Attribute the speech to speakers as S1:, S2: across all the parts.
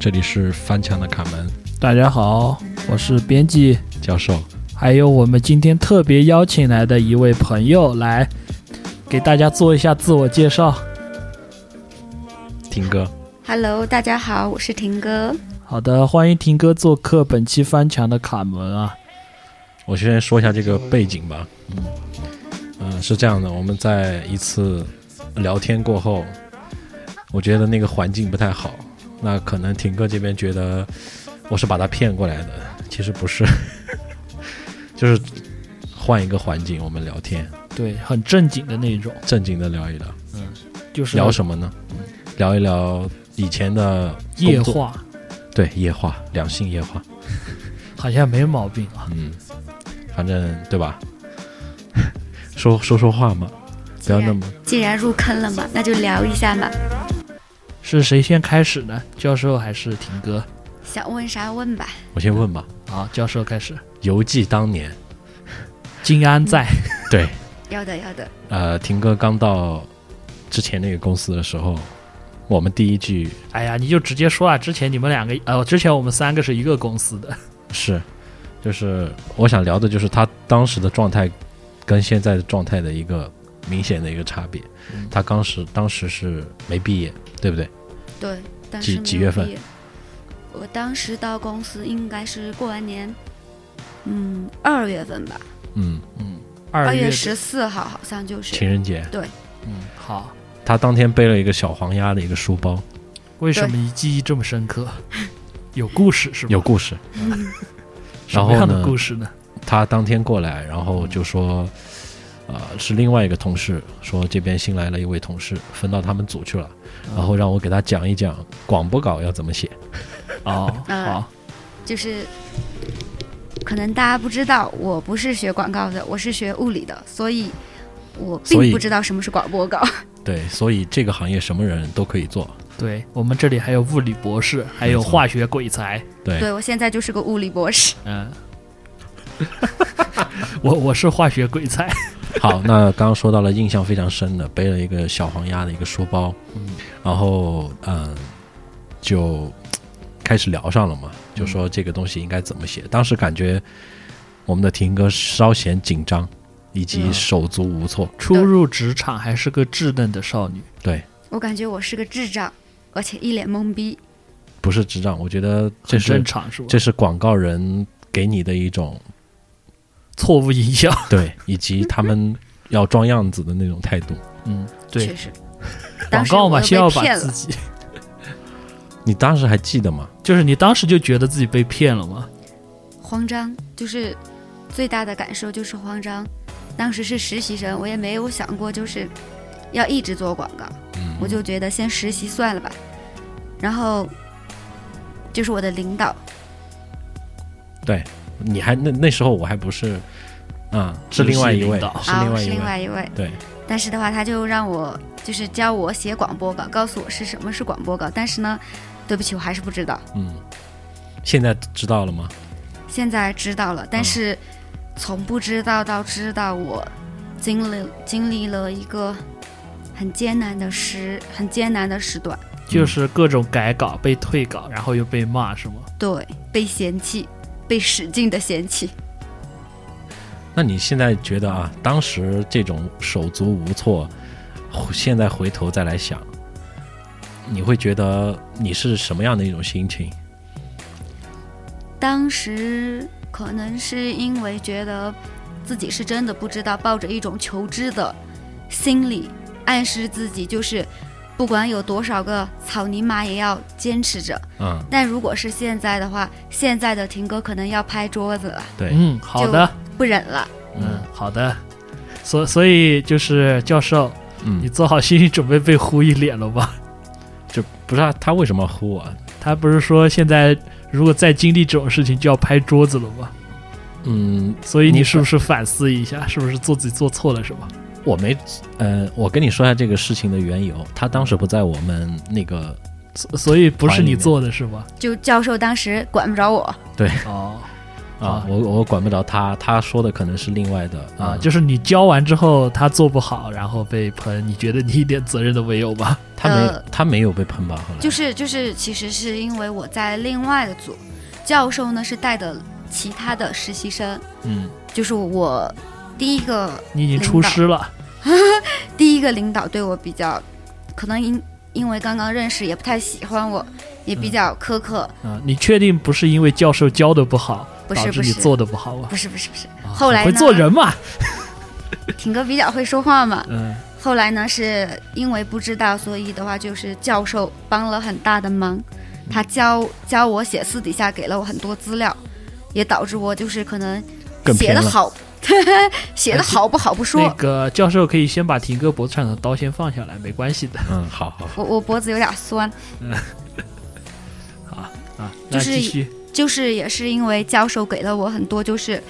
S1: 这里是翻墙的卡门
S2: 大家好，我是编辑，
S1: 教授。
S2: 还有我们今天特别邀请来的一位朋友来给大家做一下自我介绍。
S1: 听歌，
S3: Hello，大家好，我是婷哥。
S2: 好的，欢迎婷哥做客本期翻墙的卡门啊。
S1: 我先说一下这个背景吧。嗯，呃，是这样的，我们在一次聊天过后，我觉得那个环境不太好，那可能婷哥这边觉得我是把他骗过来的，其实不是， 就是换一个环境我们聊天，
S2: 对，很正经的那种，
S1: 正经的聊一聊，
S2: 就是啊
S1: 聊什么呢？聊一聊以前的工
S2: 夜
S1: 作，
S2: 话，
S1: 对夜话，两性夜话，
S2: 好像没毛病啊。
S1: 嗯，反正对吧？ 说说说话嘛，不要那么。
S3: 既然入坑了嘛，那就聊一下嘛。
S2: 是谁先开始呢？教授还是婷哥？
S3: 想问啥问吧。
S1: 我先问吧，
S2: 好，啊教授开始。
S1: 犹记当年，
S2: 金安在，
S3: 嗯
S1: 对，
S3: 要的要的，
S1: 呃，婷哥刚到之前那个公司的时候，我们第一句
S2: 哎呀，你就直接说啊。之前你们两个，呃，之前我们三个是一个公司的，
S1: 是，就是我想聊的就是他当时的状态跟现在的状态的一个明显的一个差别。他当时当时是没毕业，对不对？
S3: 对。当
S1: 几
S3: 时没
S1: 几
S3: 有
S1: 月份
S3: 毕业？我当时到公司应该是过完年，嗯，二月份吧，
S1: 嗯，
S2: 二
S3: 二
S2: 月
S3: 月十四号好像就是。
S1: 情人节，
S2: 嗯，好。
S1: 他当天背了一个小黄鸭的一个书包，
S2: 为什么你记忆这么深刻？有故事是吗？
S1: 有故事。
S2: 什么
S1: 然后
S2: 样
S1: 呢
S2: 的故事呢？
S1: 他当天过来，然后就说，呃，是另外一个同事说这边新来了一位同事，分到他们组去了，然后让我给他讲一讲广播稿要怎么写。
S2: 哦，
S3: 嗯
S2: 好，
S3: 就是可能大家不知道，我不是学广告的，我是学物理的，所以我
S1: 所
S3: 并
S1: 以哎
S3: 不知道什么是广播稿。
S1: 对，所以这个行业什么人都可以做。
S2: 对我们这里还有物理博士，还有
S1: 没错
S2: 化学鬼才。
S1: 对，
S3: 对我现在就是个物理博士。
S2: 嗯， 我我是化学鬼才。
S1: 好，那刚刚说到了印象非常深的，背了一个小黄鸭的一个书包，然后嗯，就开始聊上了嘛，就说这个东西应该怎么写。当时感觉我们的婷哥稍显紧张，以及
S2: 嗯
S1: 手足无措。
S2: 初入职场还是个稚嫩的少女。
S1: 对，
S3: 我感觉我是个智障，而且一脸懵逼。
S1: 不是智障，我觉得这
S2: 很
S1: 是
S2: 正常是吧？
S1: 这是广告人给你的一种
S2: 错误营销，
S1: 对，以及他们要装样子的那种态度。
S2: 嗯，
S3: 确
S2: 对，
S3: 实，
S2: 广
S3: 当时
S2: 告嘛，
S3: 我
S2: 先
S3: 又
S2: 要
S3: 被
S2: 把
S3: 骗
S2: 自
S3: 了。
S2: 己，
S1: 你当时还记得吗？
S2: 就是你当时就觉得自己被骗了吗？
S1: 嗯
S3: 慌张，就是最大的感受就是慌张。当时是实习生，我也没有想过就是要一直做广告，
S2: 嗯
S3: 我就觉得先实习算了吧。然后就是我的领导，
S1: 你还那那时候我还不是，啊、是另外一
S2: 直
S1: 位
S2: 系领导，
S1: 是
S3: 啊，
S1: 另外
S3: 是
S1: 一
S3: 另
S1: 位，
S3: 外一位。
S1: 对，
S3: 但是的话，他就让我就是教我写广播稿，告诉我是什么是广播稿。但是呢，对不起，我还是不知道。
S1: 嗯。现在知道了吗？
S3: 现在知道了，但是从不知道到知道，我经历经历了一个很艰难的时很艰难的时段，
S2: 就是各种改稿、被退稿，然后又被骂是吗？
S3: 对，被嫌弃，被使劲的嫌弃。
S1: 那你现在觉得啊，当时这种手足无措，现在回头再来想，你会觉得你是什么样的一种心情？
S3: 当时可能是因为觉得自己是真的不知道，抱着一种求知的心理，暗示自己就是不管有多少个草泥马也要坚持着。
S1: 嗯，
S3: 但如果是现在的话，现在的婷哥可能要拍桌子了，
S1: 对，
S2: 嗯，好的，
S3: 不忍了。
S2: 嗯，好的。所所以就是教授，
S1: 嗯
S2: 你做好心理准备被呼一脸了吧？
S1: 就不知道他为什么呼我，
S2: 他不是说现在如果再经历这种事情就要拍桌子了吗？
S1: 嗯，
S2: 所以你
S1: 你
S2: 是不是反思一下，是不是做自己做错了什么？
S1: 我没，呃，我跟你说一下这个事情的缘由。他当时不在我们那个，
S2: 所所以不是你做的是吗？嗯
S3: 就教授当时管不着我，
S2: 哦，
S1: 啊，我我管不着他，他说的可能是另外的
S2: 啊，就是你教完之后他做不好，然后被喷，你觉得你一点责任都没有吗？
S1: 他没
S3: 呃
S1: 他没有被喷吧？后来
S3: 就是就是，其实是因为我在另外的组，教授呢是带的其他的实习生，
S1: 嗯
S3: 就是我第一个
S2: 你已经出师了，
S3: 第一个领导对我比较，可能因因为刚刚认识也不太喜欢我，也
S2: 嗯
S3: 比较苛刻，
S2: 啊，你确定不是因为教授教的不好，
S3: 不
S2: 导
S3: 是
S2: 致
S3: 不
S2: 你
S3: 是
S2: 做的不好吗？
S3: 不是不是不是，
S2: 啊
S3: 后来
S2: 很会
S3: 呢
S2: 做人嘛，
S3: 挺哥比较会说话嘛。
S2: 嗯
S3: 后来呢，是因为不知道，所以的话就是教授帮了很大的忙，
S1: 嗯
S3: 他教教我写，私底下给了我很多资料，也导致我就是可能
S1: 更
S3: 写
S1: 偏
S3: 的
S1: 了
S3: 好， 写的好不好不
S2: 那
S3: 说，
S2: 个教授可以先把婷哥脖子上的刀先放下来，没关系的
S1: 嗯，好好，
S3: 我我脖子有点酸，
S2: 啊。那
S3: 就是
S2: 继续，
S3: 就是也是因为教授给了我很多就是，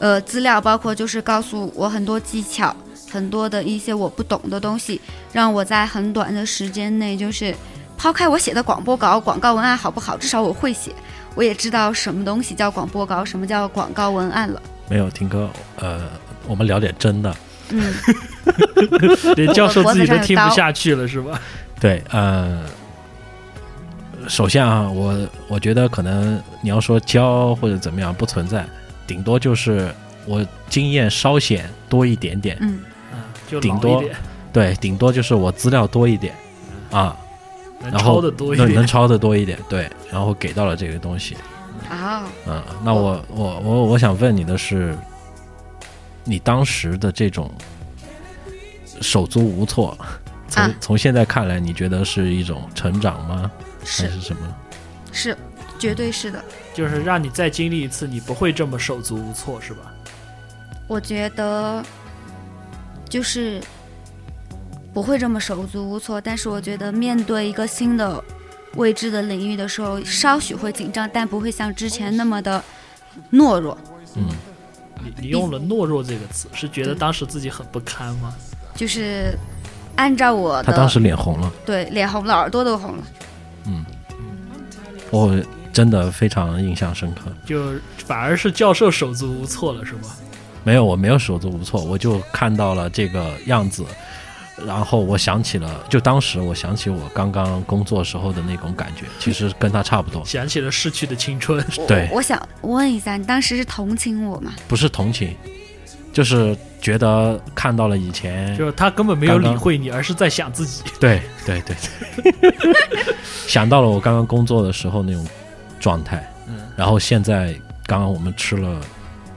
S3: 呃，资料，包括就是告诉我很多技巧，很多的一些我不懂的东西，让我在很短的时间内就是抛开我写的广播稿、广告文案好不好，至少我会写，我也知道什么东西叫广播稿，什么叫广告文案了。
S1: 没有听哥，呃，我们聊点真的。
S3: 嗯，
S2: 连教授
S3: 脖
S2: 自
S3: 子
S2: 己都
S3: 上有
S2: 听不
S3: 刀
S2: 下去了是吧？
S1: 对，呃，首先啊，我我觉得可能你要说教或者怎么样不存在，顶多就是我经验稍显多一点点，
S3: 嗯，
S2: 啊就老
S1: 顶
S2: 一
S1: 多
S2: 点
S1: 对，顶多就是我资料多一点啊，
S2: 能
S1: 然
S2: 抄
S1: 后
S2: 的多一
S1: 能能
S2: 点。
S1: 抄的多一点，对，然后给到了这个东西，
S3: 哦，
S1: 嗯，那我我我我想问你的是，你当时的这种手足无措，从、
S3: 啊
S1: 从现在看来，你觉得是一种成长吗？还
S3: 是
S1: 是什么？
S3: 是，绝对是的。
S2: 就是让你再经历一次，你不会这么手足无措，是吧？
S3: 我觉得就是不会这么手足无措，但是我觉得面对一个新的未知的领域的时候，稍许会紧张，但不会像之前那么的懦弱，
S1: 嗯，
S2: 你你用了“懦弱”这个词，是觉得当时自己很不堪吗？
S3: 就是。按照我
S1: 他当
S3: 的
S1: 时脸红了，
S3: 对脸红了，耳朵都红了，
S1: 我真的非常印象深刻。
S2: 就反而是教授手足无措了，是吗？
S1: 没有，我没有手足无措，我就看到了这个样子，然后我想起了，就当时我想起我刚刚工作时候的那种感觉，其实跟他差不多，
S2: 想起了逝去的青 春，
S1: 对
S3: 我。我想问一下，你当时是同情我吗？
S1: 不是同情，就是觉得看到了以前
S2: 就是他根本没有
S1: 刚
S2: 理
S1: 刚
S2: 会你，而是在想自己。
S1: 对对对对， 想到了我刚刚工作的时候那种状态，
S2: 嗯，
S1: 然后现在刚刚我们吃了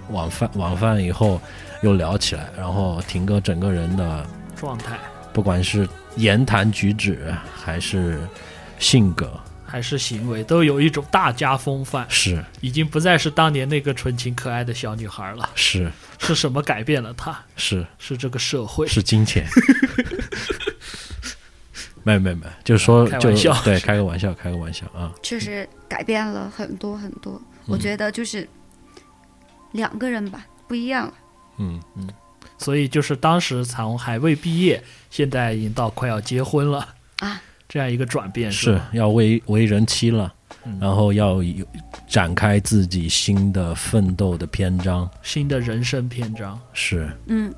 S1: 晚饭，晚饭以后又聊起来，然后婷哥整个人的
S2: 状态
S1: 不管是言谈举止还是性格，
S2: 还是行为，都有一种大家风范，
S1: 是
S2: 已经不再是当年那个纯情可爱的小女孩了。
S1: 是
S2: 是什么改变了她？
S1: 是
S2: 是这个社会。
S1: 是 金钱。没有没有没有，就是说
S2: 开玩
S1: 就
S2: 笑
S1: 对，开个玩笑，开个玩笑啊。
S3: 确实改变了很多很多，
S1: 嗯
S3: 我觉得就是两个人吧，不一样了。
S1: 嗯嗯，
S2: 所以就是当时彩虹还未毕业，现在已经到快要结婚了
S3: 啊，
S2: 这样一个转变
S1: 是
S2: 吧
S1: 要为为人妻了
S2: 嗯，
S1: 然后要有展开自己新的奋斗的篇章。
S2: 新的人生篇章
S1: 是，
S3: 嗯，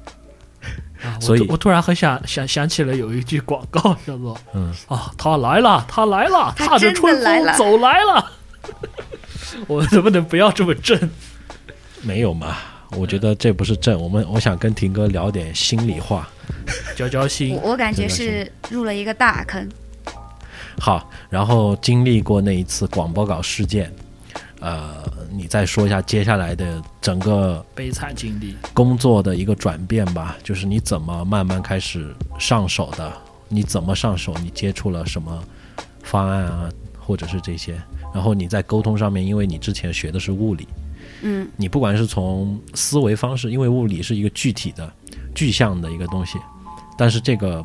S2: 啊！我
S1: 所以
S2: 突我突然很想想想起了有一句广告叫做
S1: 嗯，
S2: 啊，他来了，他来了，
S3: 他
S2: 踏着
S3: 真的
S2: 春
S3: 来
S2: 风
S3: 了
S2: 走来了。 我们能不能不要这么正？
S1: 没有嘛？我觉得这不是正，我们我想跟婷哥聊点心里话。
S2: 交交心，
S3: 我我感
S1: 真
S3: 觉
S1: 的
S3: 是入了一个大坑，
S1: 好，然后经历过那一次广播稿事件，呃，你再说一下接下来的整个
S2: 悲惨经历。
S1: 工作的一个转变吧，就是你怎么慢慢开始上手的，你怎么上手，你接触了什么方案啊，或者是这些，然后你在沟通上面，因为你之前学的是物理，
S3: 嗯，
S1: 你不管是从思维方式，因为物理是一个具体的、具象的一个东西，但是这个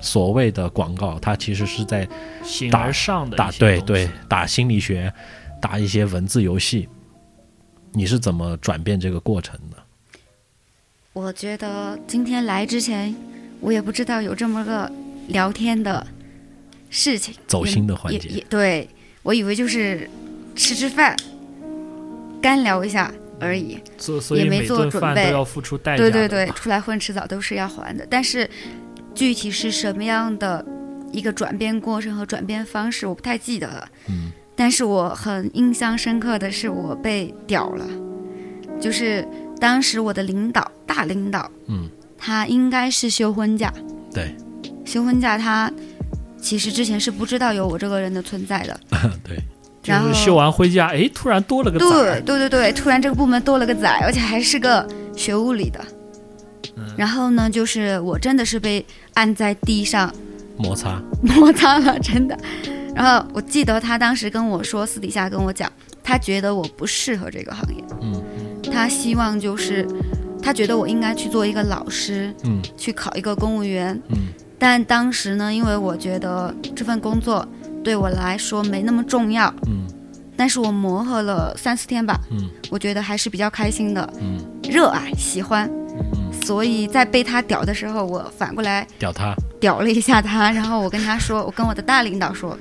S1: 所谓的广告，它其实是在
S2: 形
S1: 打
S2: 而上的
S1: 打
S2: 一些
S1: 对
S2: 东西
S1: 对，打心理学，打一些文字游戏，你是怎么转变这个过程的？
S3: 我觉得今天来之前，我也不知道有这么个聊天的事情，
S1: 走心的环
S3: 也
S1: 节
S3: 也对我以为就是吃吃饭，干聊一下而已。
S2: 所所以
S3: 也没
S2: 每
S3: 做
S2: 顿
S3: 准
S2: 饭都
S3: 备
S2: 要付出代价
S3: 对
S2: 的。
S3: 对对，出来混迟早都是要还的。但是具体是什么样的一个转变过程和转变方式，我不太记得了。
S1: 嗯
S3: 但是我很印象深刻的是，我被屌了，就是当时我的领导，大领导，
S1: 嗯，
S3: 他应该是休婚假，
S1: 对
S3: 休婚假他其实之前是不知道有我这个人的存在的。
S1: 对，
S2: 就
S3: 然后
S2: 是休完婚假，哎，突然多了个崽
S3: 对
S2: 儿，
S3: 对对对，突然这个部门多了个仔，而且还是个学物理的。
S2: 嗯
S3: 然后呢，就是我真的是被按在地上
S1: 摩擦，
S3: 摩擦了，真的。然后我记得他当时跟我说，私底下跟我讲，他觉得我不适合这个行业，
S1: 嗯
S3: 他希望就是，他觉得我应该去做一个老师，
S1: 嗯
S3: 去考一个公务员。
S1: 嗯
S3: 但当时呢，因为我觉得这份工作对我来说没那么重要，
S1: 嗯
S3: 但是我磨合了三四天吧，
S1: 嗯
S3: 我觉得还是比较开心的。
S1: 嗯
S3: 热爱、喜欢，
S1: 嗯，
S3: 所以在被他屌的时候，我反过来
S1: 屌他，
S3: 屌了一下他，然后我跟他说，我跟我的大领导说，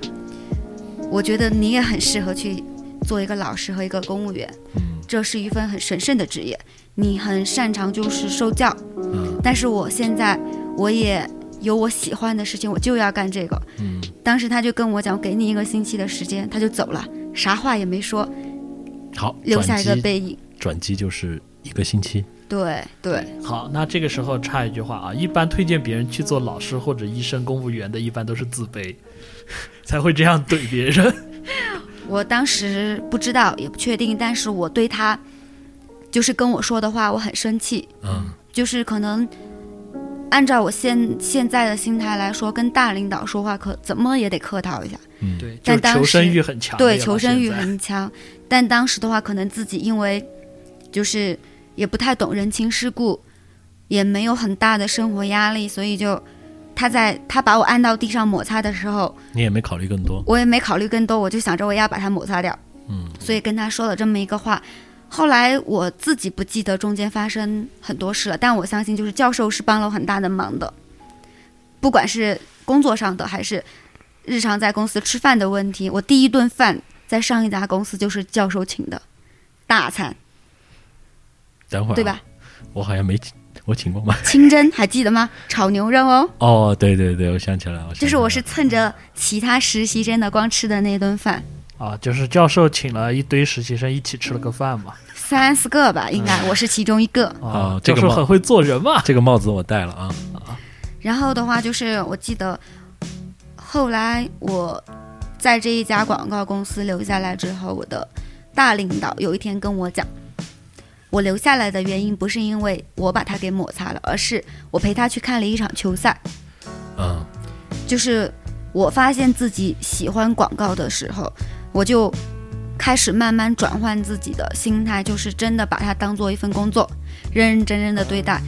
S3: 我觉得你也很适合去做一个老师和一个公务员，
S1: 嗯
S3: 这是一份很神圣的职业，你很擅长就是受教，
S1: 嗯
S3: 但是我现在我也有我喜欢的事情，我就要干这个。
S1: 嗯
S3: 当时他就跟我讲，给你一个星期的时间，他就走了，啥话也没说，
S1: 好，
S3: 留下
S1: 转
S3: 一个
S1: 机
S3: 背影。
S1: 转机就是一个星期，
S3: 对对，
S2: 好，那这个时候插一句话啊，一般推荐别人去做老师或者医生、公务员的，一般都是自卑， 才会这样怼别人。
S3: 我当时不知道，也不确定，但是我对他，就是跟我说的话，我很生气。
S1: 嗯
S3: 就是可能按照我现现在的心态来说，跟大领导说话可怎么也得客套一下，
S1: 嗯，
S2: 对，就
S3: 但
S2: 是
S3: 当
S2: 求生
S3: 时
S2: 欲很强烈吧。
S3: 对，求生欲
S2: 现在
S3: 很强。但当时的话，可能自己因为就是也不太懂人情世故，也没有很大的生活压力，所以就他在他把我按到地上摩擦的时候，
S1: 你也没考虑更多，
S3: 我也没考虑更多，我就想着我要把它摩擦掉。
S1: 嗯
S3: 所以跟他说了这么一个话。后来我自己不记得中间发生很多事了，但我相信就是教授是帮了我很大的忙的，不管是工作上的还是日常在公司吃饭的问题。我第一顿饭在上一家公司就是教授请的大餐，
S1: 等会儿、啊
S3: 对吧？？
S1: 我好像没我请过吗？
S3: 清真还记得吗？ 炒牛肉哦，
S1: 哦，对对对，我想起来了，
S3: 就是我是
S1: 想起
S3: 蹭着其他实习生的光吃的那顿饭，
S2: 啊，就是教授请了一堆实习生一起吃了个饭嘛。啊
S3: 三四个吧，应该我是其中一个。
S1: 啊这
S2: 教
S1: 个
S2: 授
S1: 嘛
S2: 很会做人嘛
S1: 来了。这个帽子我戴了啊，
S3: 然后的话就是，我记得后来我在这一家广告公司留下来之后，我的大领导有一天跟我讲，我留下来的原因不是因为我把他给抹擦了，而是我陪他去看了一场球赛，
S1: 嗯
S3: 就是我发现自己喜欢广告的时候，我就开始慢慢转换自己的心态，就是真的把它当做一份工作，认认真真的对待。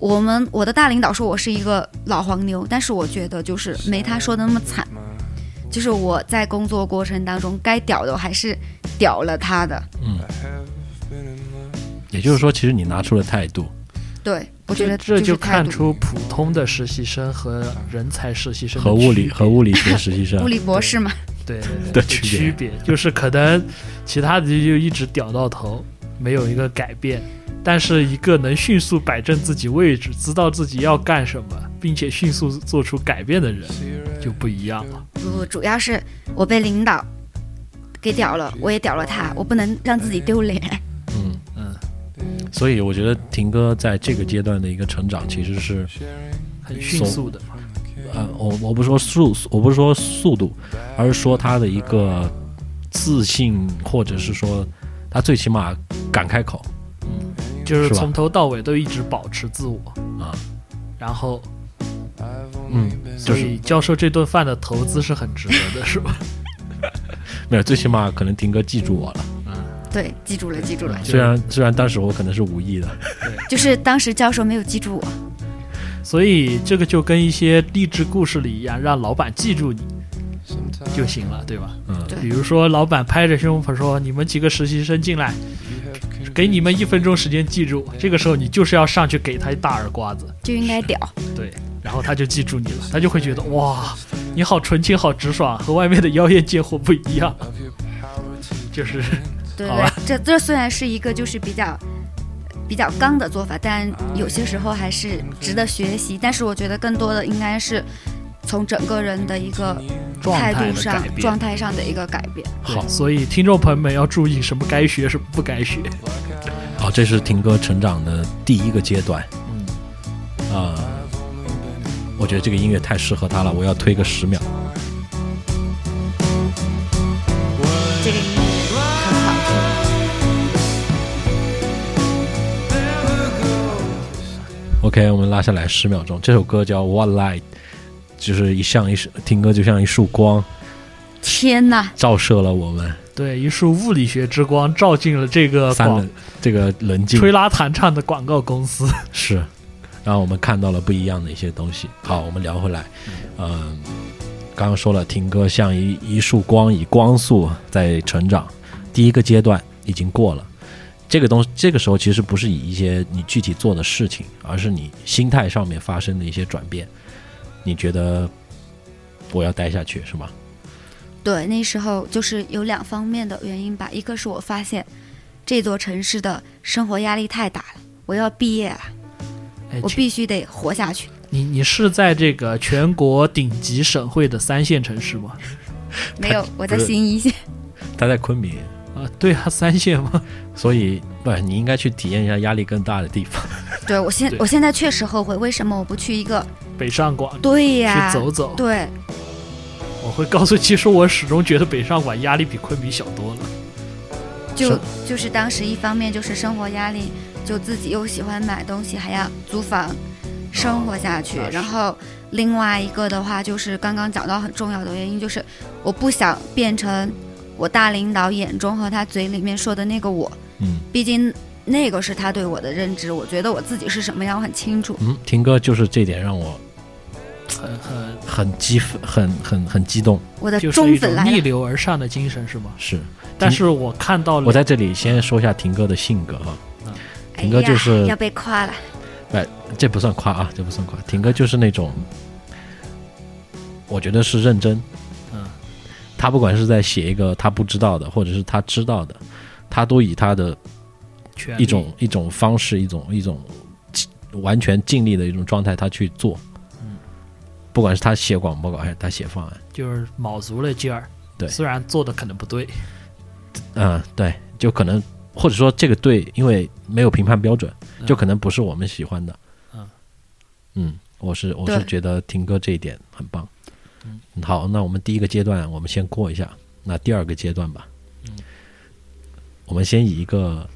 S3: 我们我的大领导说我是一个老黄牛，但是我觉得就是
S2: 啊
S3: 没他说的那么惨，就是我在工作过程当中该屌的我还是屌了他的，
S1: 嗯，也就是说，其实你拿出了态度，
S3: 对我觉得
S2: 这
S3: 是
S2: 就
S3: 态
S2: 看
S3: 度。
S2: 出普通的实习生和人才实习生的
S1: 和物
S2: 区
S1: 理
S2: 别
S1: 和物理学实习生
S3: 物理博士嘛，
S2: 对对
S1: 的
S2: 对
S1: 区别
S2: 区别，就是可能其他的就一直屌到头，没有一个改变，但是一个能迅速摆正自己位置，知道自己要干什么，并且迅速做出改变的人就不一样了。
S3: 不，主要是我被领导给屌了，我也屌了他，我不能让自己丢脸。
S2: 哎
S1: 嗯
S2: 嗯，
S1: 所以我觉得婷哥在这个阶段的一个成长，其实是
S2: 很迅速的，
S1: 呃，我我不说速，我不是说速度，而是说他的一个自信，或者是说他最起码敢开口
S2: 就是
S1: 是吧
S2: 从头到尾都一直保持自我，
S1: 啊，
S2: 然后
S1: 嗯，就
S2: 所
S1: 是
S2: 以教授这顿饭的投资是很值得的，是 吧？
S1: 没有，最起码可能婷哥记住我了。嗯
S3: 对，记住了，记住了。
S1: 虽然虽然当时我可能是无意的，
S3: 就是当时教授没有记住我，
S2: 所以这个就跟一些励志故事里一样，让老板记住你就行了，对吧？
S1: 嗯
S3: 对
S2: 比如说，老板拍着胸脯说：“你们几个实习生进来，给你们一分钟时间记住。”这个时候，你就是要上去给他一大耳刮子，
S3: 就应该屌。
S2: 对，然后他就记住你了，他就会觉得哇，你好纯情，好直爽，和外面的妖艳贱货不一样，就是
S3: 对
S2: 好
S3: 对
S2: 吧，
S3: 这这虽然是一个就是比较比较刚的做法，但有些时候还是值得学习。但是我觉得更多的应该是从整个人的一个
S2: 状态
S3: 度
S2: 的
S3: 上
S2: 改、变
S3: 状态上的一个改变。
S2: 好，所以听众朋友们要注意什么该学，什么不该 学。
S1: 好，这是婷哥成长的第一个阶段
S2: 嗯，
S1: 啊、我觉得这个音乐太适合他了，我要推个十秒。
S3: 这个音乐很好听，
S1: OK，我们拉下来十秒钟。这首歌叫《What Light》，就是一像一束听歌就像一束光，
S3: 天哪！
S1: 照射了我们
S2: 对，一束物理学之光照进了这个
S1: 三
S2: 广
S1: 人这个棱镜
S2: 吹拉弹唱的广告公 司。
S1: 是，让我们看到了不一样的一些东西。好，我们聊回来，嗯、刚刚说了，听歌像一一束光，以光速在成长，第一个阶段已经过了。这个东西，这个时候其实不是以一些你具体做的事情，而是你心态上面发生的一些转变。你觉得我要待下去是吗？
S3: 对，那时候就是有两方面的原因吧，一个是我发现这座城市的生活压力太大了，我要毕业了，
S2: 哎
S3: 我
S2: 请
S3: 必须得活下去。
S2: 你你是在这个全国顶级省会的三线城市吗？
S3: 没有，我在
S1: 不是
S3: 新一线。
S1: 待在昆明，
S2: 啊，对啊，三线吗？
S1: 所以不，你应该去体验一下压力更大的地方。
S3: 对我现
S2: 对
S3: 我现在确实后悔，为什么我不去一个？
S2: 北上广
S3: 对呀、
S2: 去走走。
S3: 对，
S2: 我会告诉，其实我始终觉得北上广压力比昆明小多了。
S3: 就是就是当时一方面就是生活压力，就自己又喜欢买东西，还要租房生活下去。
S2: 啊那是
S3: 然后另外一个的话，就是刚刚讲到很重要的原因，就是我不想变成我大领导眼中和他嘴里面说的那个我，
S1: 嗯
S3: 毕竟那个是他对我的认知，我觉得我自己是什么样，我很清楚。
S1: 嗯，听歌就是这点让我
S2: 很很，
S1: 很激愤，很很很激动。
S3: 我的
S2: 就是
S3: 忠
S2: 一种
S3: 粉来
S2: 逆
S3: 了，
S2: 流而上的精神，是吗？
S1: 是
S2: 但是我看到
S1: 嗯我在这里先说一下婷哥的性格哈，
S3: 哎
S1: 婷哥
S3: 呀
S1: 就是
S3: 要被夸了。
S1: 这不算夸啊，这不算夸。婷哥就是那种，我觉得是认真。
S2: 嗯，
S1: 他不管是在写一个他不知道的，或者是他知道的，他都以他的
S2: 全力
S1: 一种一种方式，一种一种尽完全尽力的一种状态，他去做。不管是他写广播稿还是他写方案，
S2: 就是卯足了劲儿。
S1: 对
S2: 虽然做的可能不对，
S1: 嗯，对，就可能或者说这个对，因为没有评判标准，就可能不是我们喜欢的。
S2: 嗯
S1: 嗯，我是我是
S3: 对
S1: 觉得听歌这一点很棒。好，那我们第一个阶段我们先过一下，那第二个阶段吧。我们先以一个，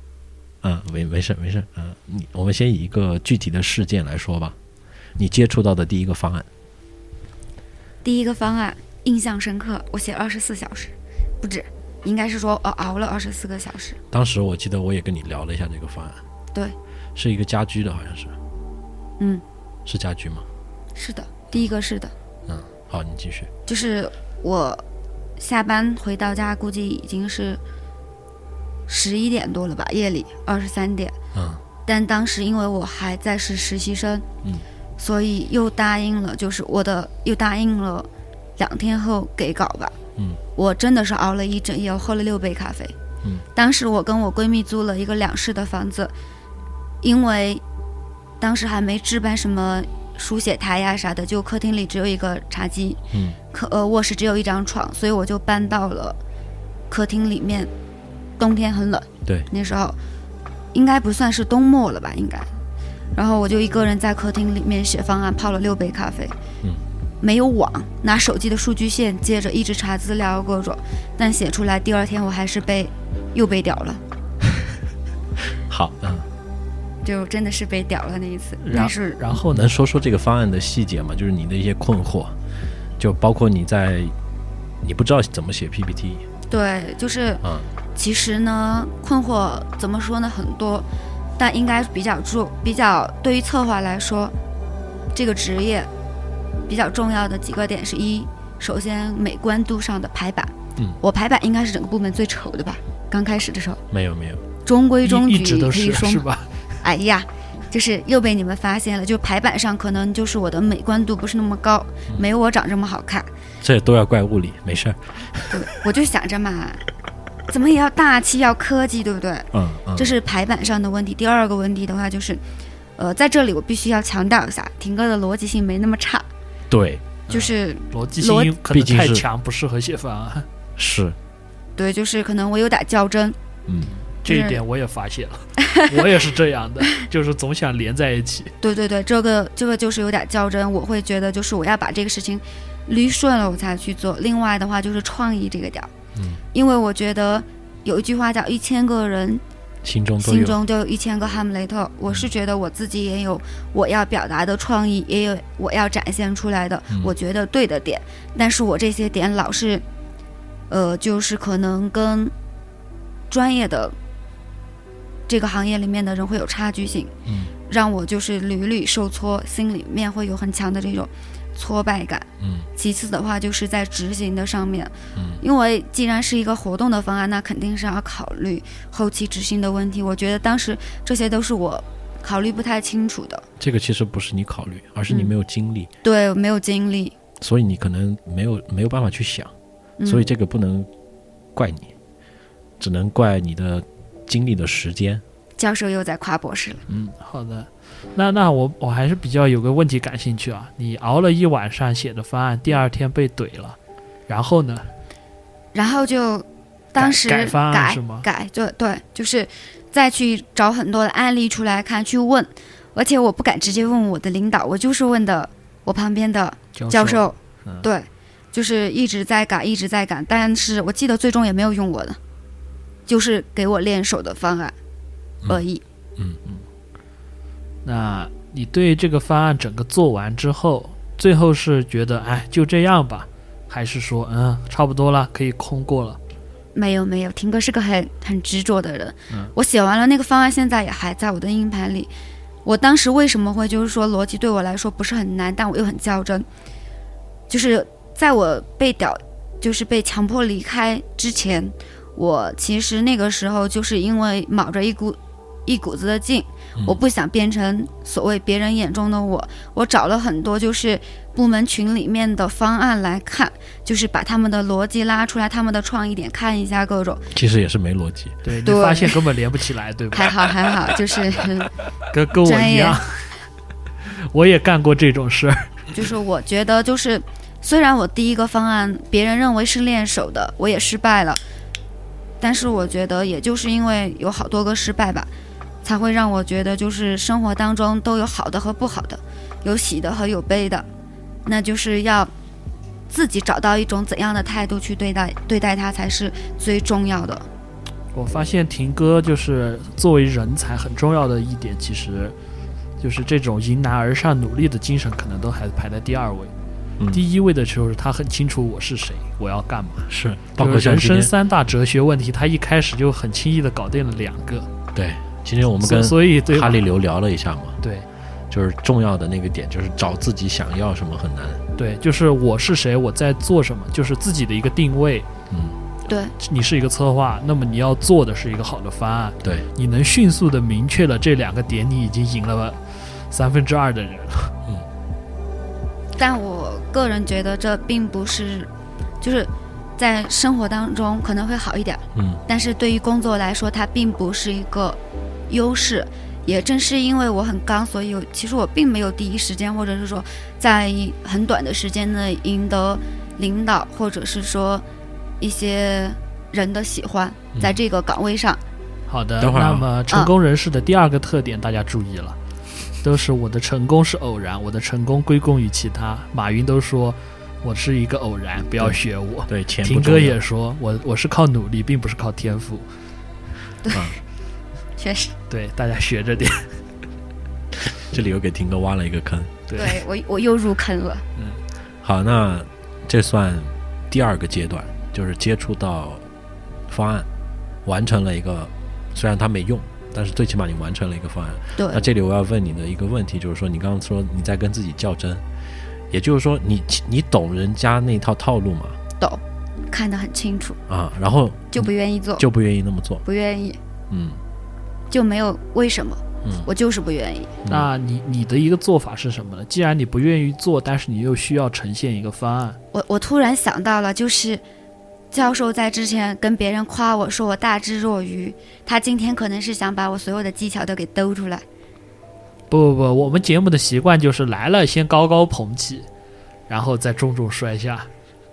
S1: 嗯，没没事没事，嗯，你我们先以一个具体的事件来说吧。你接触到的第一个方案，
S3: 第一个方案印象深刻，我写了二十四小时，不止，应该是说呃熬了二十四个小时。
S1: 当时我记得我也跟你聊了一下这个方案，
S3: 对，
S1: 是一个家居的，好像是，
S3: 嗯，
S1: 是家居吗？
S3: 是的，第一个是的，
S1: 嗯，好，你继续。
S3: 就是我下班回到家，估计已经是十一点多了吧，夜里二十三点。
S1: 嗯
S3: 但当时因为我还在是实习生，
S1: 嗯，
S3: 所以又答应了，就是我的又答应了两天后给稿吧，
S1: 嗯，
S3: 我真的是熬了一整夜，我喝了六杯咖啡，
S1: 嗯，
S3: 当时我跟我闺蜜租了一个两室的房子，因为当时还没置办什么书写台呀啥的，就客厅里只有一个茶几，
S1: 嗯
S3: 客呃卧室只有一张床，所以我就搬到了客厅里面。冬天很冷，
S1: 嗯对，
S3: 那时候应该不算是冬末了吧，应该。然后我就一个人在客厅里面写方案，泡了六杯咖啡，
S1: 嗯，
S3: 没有网，拿手机的数据线接着一直查资料各种，但写出来第二天我还是被又被屌了，
S1: 好，嗯，
S3: 就真的是被屌了那一次。
S2: 然
S3: 但是
S2: 然后呢
S1: 能，说说这个方案的细节吗？就是你的一些困惑，就包括你在你不知道怎么写 PPT
S3: 对，就是
S1: 啊、
S3: 其实呢，困惑怎么说呢，很多，但应该比较注比较对于策划来说，这个职业比较重要的几个点是一，首先美观度上的排版，
S1: 嗯
S3: 我排版应该是整个部门最丑的吧，刚开始的时候，
S1: 没有没有，
S3: 中
S1: 嗯
S3: 规中
S2: 一
S3: 矩，
S2: 一直都
S3: 可以
S2: 是啊
S3: 说
S2: 是吧？
S3: 哎呀，就是又被你们发现了，就排版上可能就是我的美观度不是那么高，
S2: 嗯
S3: 没有我长这么好看，
S1: 这都要怪物理，没事儿，
S3: 对，我就想着嘛，怎么也要大气，要科技，对不对？
S1: 嗯嗯，
S3: 这是排版上的问题。第二个问题的话就是，呃，在这里我必须要强调一下，婷哥的逻辑性没那么差，
S1: 对，
S3: 就是
S2: 逻辑性可
S1: 毕
S2: 能
S1: 竟
S2: 太
S1: 是
S2: 强，不适合写方案。
S1: 是，
S3: 对，就是可能我有点较真，
S1: 嗯，
S2: 这一
S3: 是
S2: 点我也发现了，我也是这样的，就是总想连在一起。
S3: 对对对，这个这个就是有点较真，我会觉得就是我要把这个事情捋顺了我才去做。另外的话就是创意这个点儿，
S1: 嗯，
S3: 因为我觉得有一句话叫一千个人
S1: 心中都
S3: 心
S1: 有，
S3: 中都有一千个哈姆雷特。我是觉得我自己也有我要表达的创意，也有我要展现出来的
S1: 嗯
S3: 我觉得对的点，但是我这些点老是，呃，就是可能跟专业的这个行业里面的人会有差距性，
S1: 嗯
S3: 让我就是屡屡受挫，心里面会有很强的这种挫败感。
S1: 嗯
S3: 其次的话，就是在执行的上面，
S1: 嗯
S3: 因为既然是一个活动的方案，那肯定是要考虑后期执行的问题。我觉得当时这些都是我考虑不太清楚的，
S1: 这个其实不是你考虑，而是你
S3: 嗯
S1: 没有精力，
S3: 对，没有经历，
S1: 所以你可能没有没有办法去想，
S3: 嗯、
S1: 所以这个不能怪你，只能怪你的经历的时间。
S3: 教授又在夸博士了。
S2: 嗯，好的。那那我我还是比较有个问题感兴趣啊，你熬了一晚上写的方案，第二天被怼了，然后呢？
S3: 然后就当时
S2: 改改方案
S3: 改
S2: 是吗
S3: 改就对，就是再去找很多的案例出来看，去问，而且我不敢直接问我的领导，我就是问的我旁边的教授，
S1: 嗯
S3: 对，就是一直在改，一直在改，但是我记得最终也没有用我的，就是给我练手的方案而已。
S2: 那你对这个方案整个做完之后，最后是觉得哎就这样吧，还是说嗯差不多了，可以通过了？
S3: 没有没有，婷哥是个很很执着的人。
S2: 嗯
S3: 我写完了那个方案，现在也还在我的硬盘里。我当时为什么会就是说逻辑对我来说不是很难，但我又很较真，就是在我被屌，就是被强迫离开之前，我其实那个时候就是因为卯着一股一股子的劲，
S1: 嗯
S3: 我不想变成所谓别人眼中的我，我找了很多就是部门群里面的方案来看，就是把他们的逻辑拉出来，他们的创意点看一下各种，
S1: 其实也是没逻辑，
S2: 对你
S3: 对
S2: 发现根本连不起来，对 吧？
S3: 还好还好，就是
S2: 跟跟我
S3: 专
S2: 一
S3: 业
S2: 样， 我也干过这种事儿。
S3: 就是我觉得就是，虽然我第一个方案别人认为是练手的，我也失败了，但是我觉得也就是因为有好多个失败吧，才会让我觉得就是生活当中都有好的和不好的，有喜的和有悲的，那就是要自己找到一种怎样的态度去对待对待它才是最重要的。
S2: 我发现婷哥就是作为人才很重要的一点，其实就是这种迎难而上、努力的精神，可能都还排在第二位。
S1: 嗯
S2: 第一位的时候，他很清楚我是谁，我要干嘛。
S1: 是包
S2: 就
S1: 括
S2: 是
S1: 像
S2: 人
S1: 今
S2: 生
S1: 天
S2: 三大哲学问题，他一开始就很轻易的搞定了两个。
S1: 对，今天我们
S2: 所
S1: 跟
S2: 所以对吧
S1: 哈利流聊了一下嘛，
S2: 对
S1: 就是重要的那个点就是找自己想要什么很难，
S2: 对，就是我是谁，我在做什么，就是自己的一个定位。
S1: 嗯，
S3: 对，
S2: 你是一个策划，那么你要做的是一个好的方案。
S1: 对，
S2: 你能迅速的明确了这两个点，你已经赢了三分之二的人了。
S3: 但我个人觉得这并不是，就是在生活当中可能会好一点。
S1: 嗯
S3: 但是对于工作来说，它并不是一个优势。也正是因为我很刚，所以我其实我并没有第一时间，或者是说在很短的时间内赢得领导或者是说一些人的喜欢，
S1: 嗯
S3: 在这个岗位上，
S2: 好的，
S1: 等会儿啊
S2: 那么成功人士的第二个特点，大家注意 了，都是我的成功是偶然，我的成功归功于其他。马云都说我是一个偶然，不要学我。
S1: 对，钱不
S2: 婷
S1: 重
S2: 哥
S1: 要
S2: 也说我我是靠努力，并不是靠天赋。
S3: 确实，
S2: 对，大家学着点。
S1: 这里又给婷哥挖了一个坑。
S2: 对，
S3: 对我我又入坑了。
S1: 好，那这算第二个阶段，就是接触到方案，完成了一个，虽然它没用，但是最起码你完成了一个方案。
S3: 对，
S1: 那这里我要问你的一个问题，就是说你刚刚说你在跟自己较真，也就是说你你懂人家那套套路嘛？
S3: 懂，看得很清楚，
S1: 啊，然后
S3: 就不愿意做，
S1: 就不愿意那么做，
S3: 不愿意，
S1: 嗯
S3: 就没有为什么，
S1: 嗯
S3: 我就是不愿意。
S2: 那你你的一个做法是什么呢？既然你不愿意做，但是你又需要呈现一个方案，
S3: 我我突然想到了，就是教授在之前跟别人夸我说我大智若愚，他今天可能是想把我所有的技巧都给兜出来。
S2: 不不不，我们节目的习惯就是来了先高高捧起，然后再重重摔下，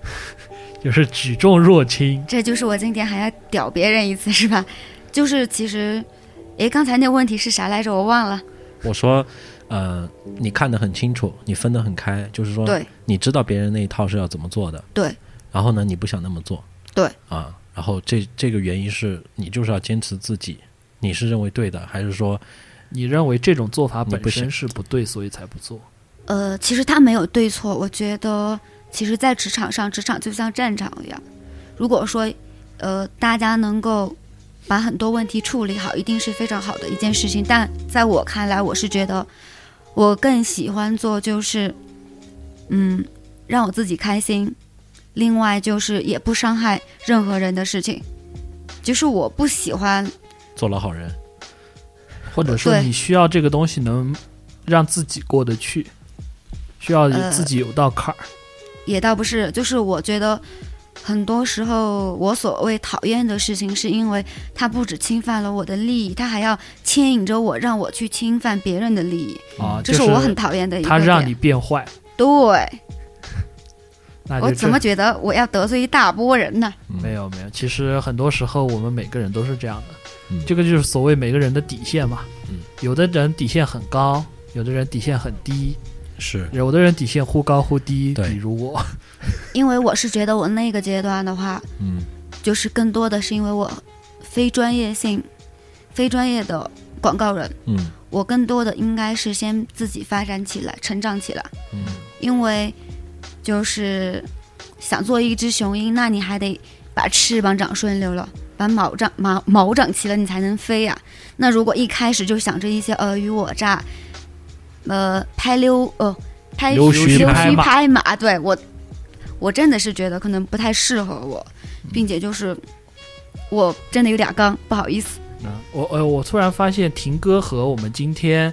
S2: 就是举重若轻。
S3: 这就是我今天还要屌别人一次是吧？就是其实，诶，刚才那问题是啥来着？我忘了。
S1: 我说，呃，你看得很清楚，你分得很开，就是说，
S3: 对
S1: 你知道别人那一套是要怎么做的，
S3: 对。
S1: 然后呢，你不想那么做，
S3: 对
S1: 啊，然后这这个原因是你就是要坚持自己，你是认为对的，还是说
S2: 你认为这种做法
S1: 你
S2: 本
S1: 不
S2: 身
S1: 行
S2: 是不对，所以才不做？
S3: 呃，其实他没有对错，我觉得其实，在职场上，职场就像战场一样。如果说，呃，大家能够把很多问题处理好，一定是非常好的一件事情。但在我看来，我是觉得我更喜欢做就是，嗯，让我自己开心，另外就是也不伤害任何人的事情。就是我不喜欢，
S1: 做老好人？
S2: 或者说
S3: 对
S2: 你需要这个东西能让自己过得去，需要
S3: 呃
S2: 自己有道坎儿。
S3: 也倒不是，就是我觉得很多时候我所谓讨厌的事情，是因为它不止侵犯了我的利益，它还要牵引着我，让我去侵犯别人的利益，
S2: 啊，
S3: 这
S2: 就是
S3: 我很讨厌的一个
S2: 他
S3: 点。
S2: 让你变坏，
S3: 对，
S2: 那就
S3: 我
S2: 这
S3: 怎么觉得我要得罪一大波人呢？
S1: 嗯
S2: 没有没有？其实很多时候我们每个人都是这样的，
S1: 嗯
S2: 这个就是所谓每个人的底线嘛。
S1: 嗯
S2: 有的人底线很高，有的人底线很低，
S1: 嗯是
S2: 有的人底线忽高忽低。
S1: 对
S2: 比如我，
S3: 因为我是觉得我那个阶段的话，
S1: 嗯
S3: 就是更多的是因为我非专业性、非专业的广告人，
S1: 嗯
S3: 我更多的应该是先自己发展起来、成长起来。
S1: 嗯
S3: 因为就是想做一只雄鹰，那你还得把翅膀长顺溜了，把毛长毛毛长齐了，你才能飞呀、那如果一开始就想着一些尔虞我诈，呃，拍溜呃拍
S1: 溜须
S3: 溜
S1: 拍
S3: 须
S2: 马
S3: 拍马，对我我真的是觉得可能不太适合我，并且就是我真的有点刚，不好意思。
S2: 嗯，我呃，我突然发现婷哥和我们今天，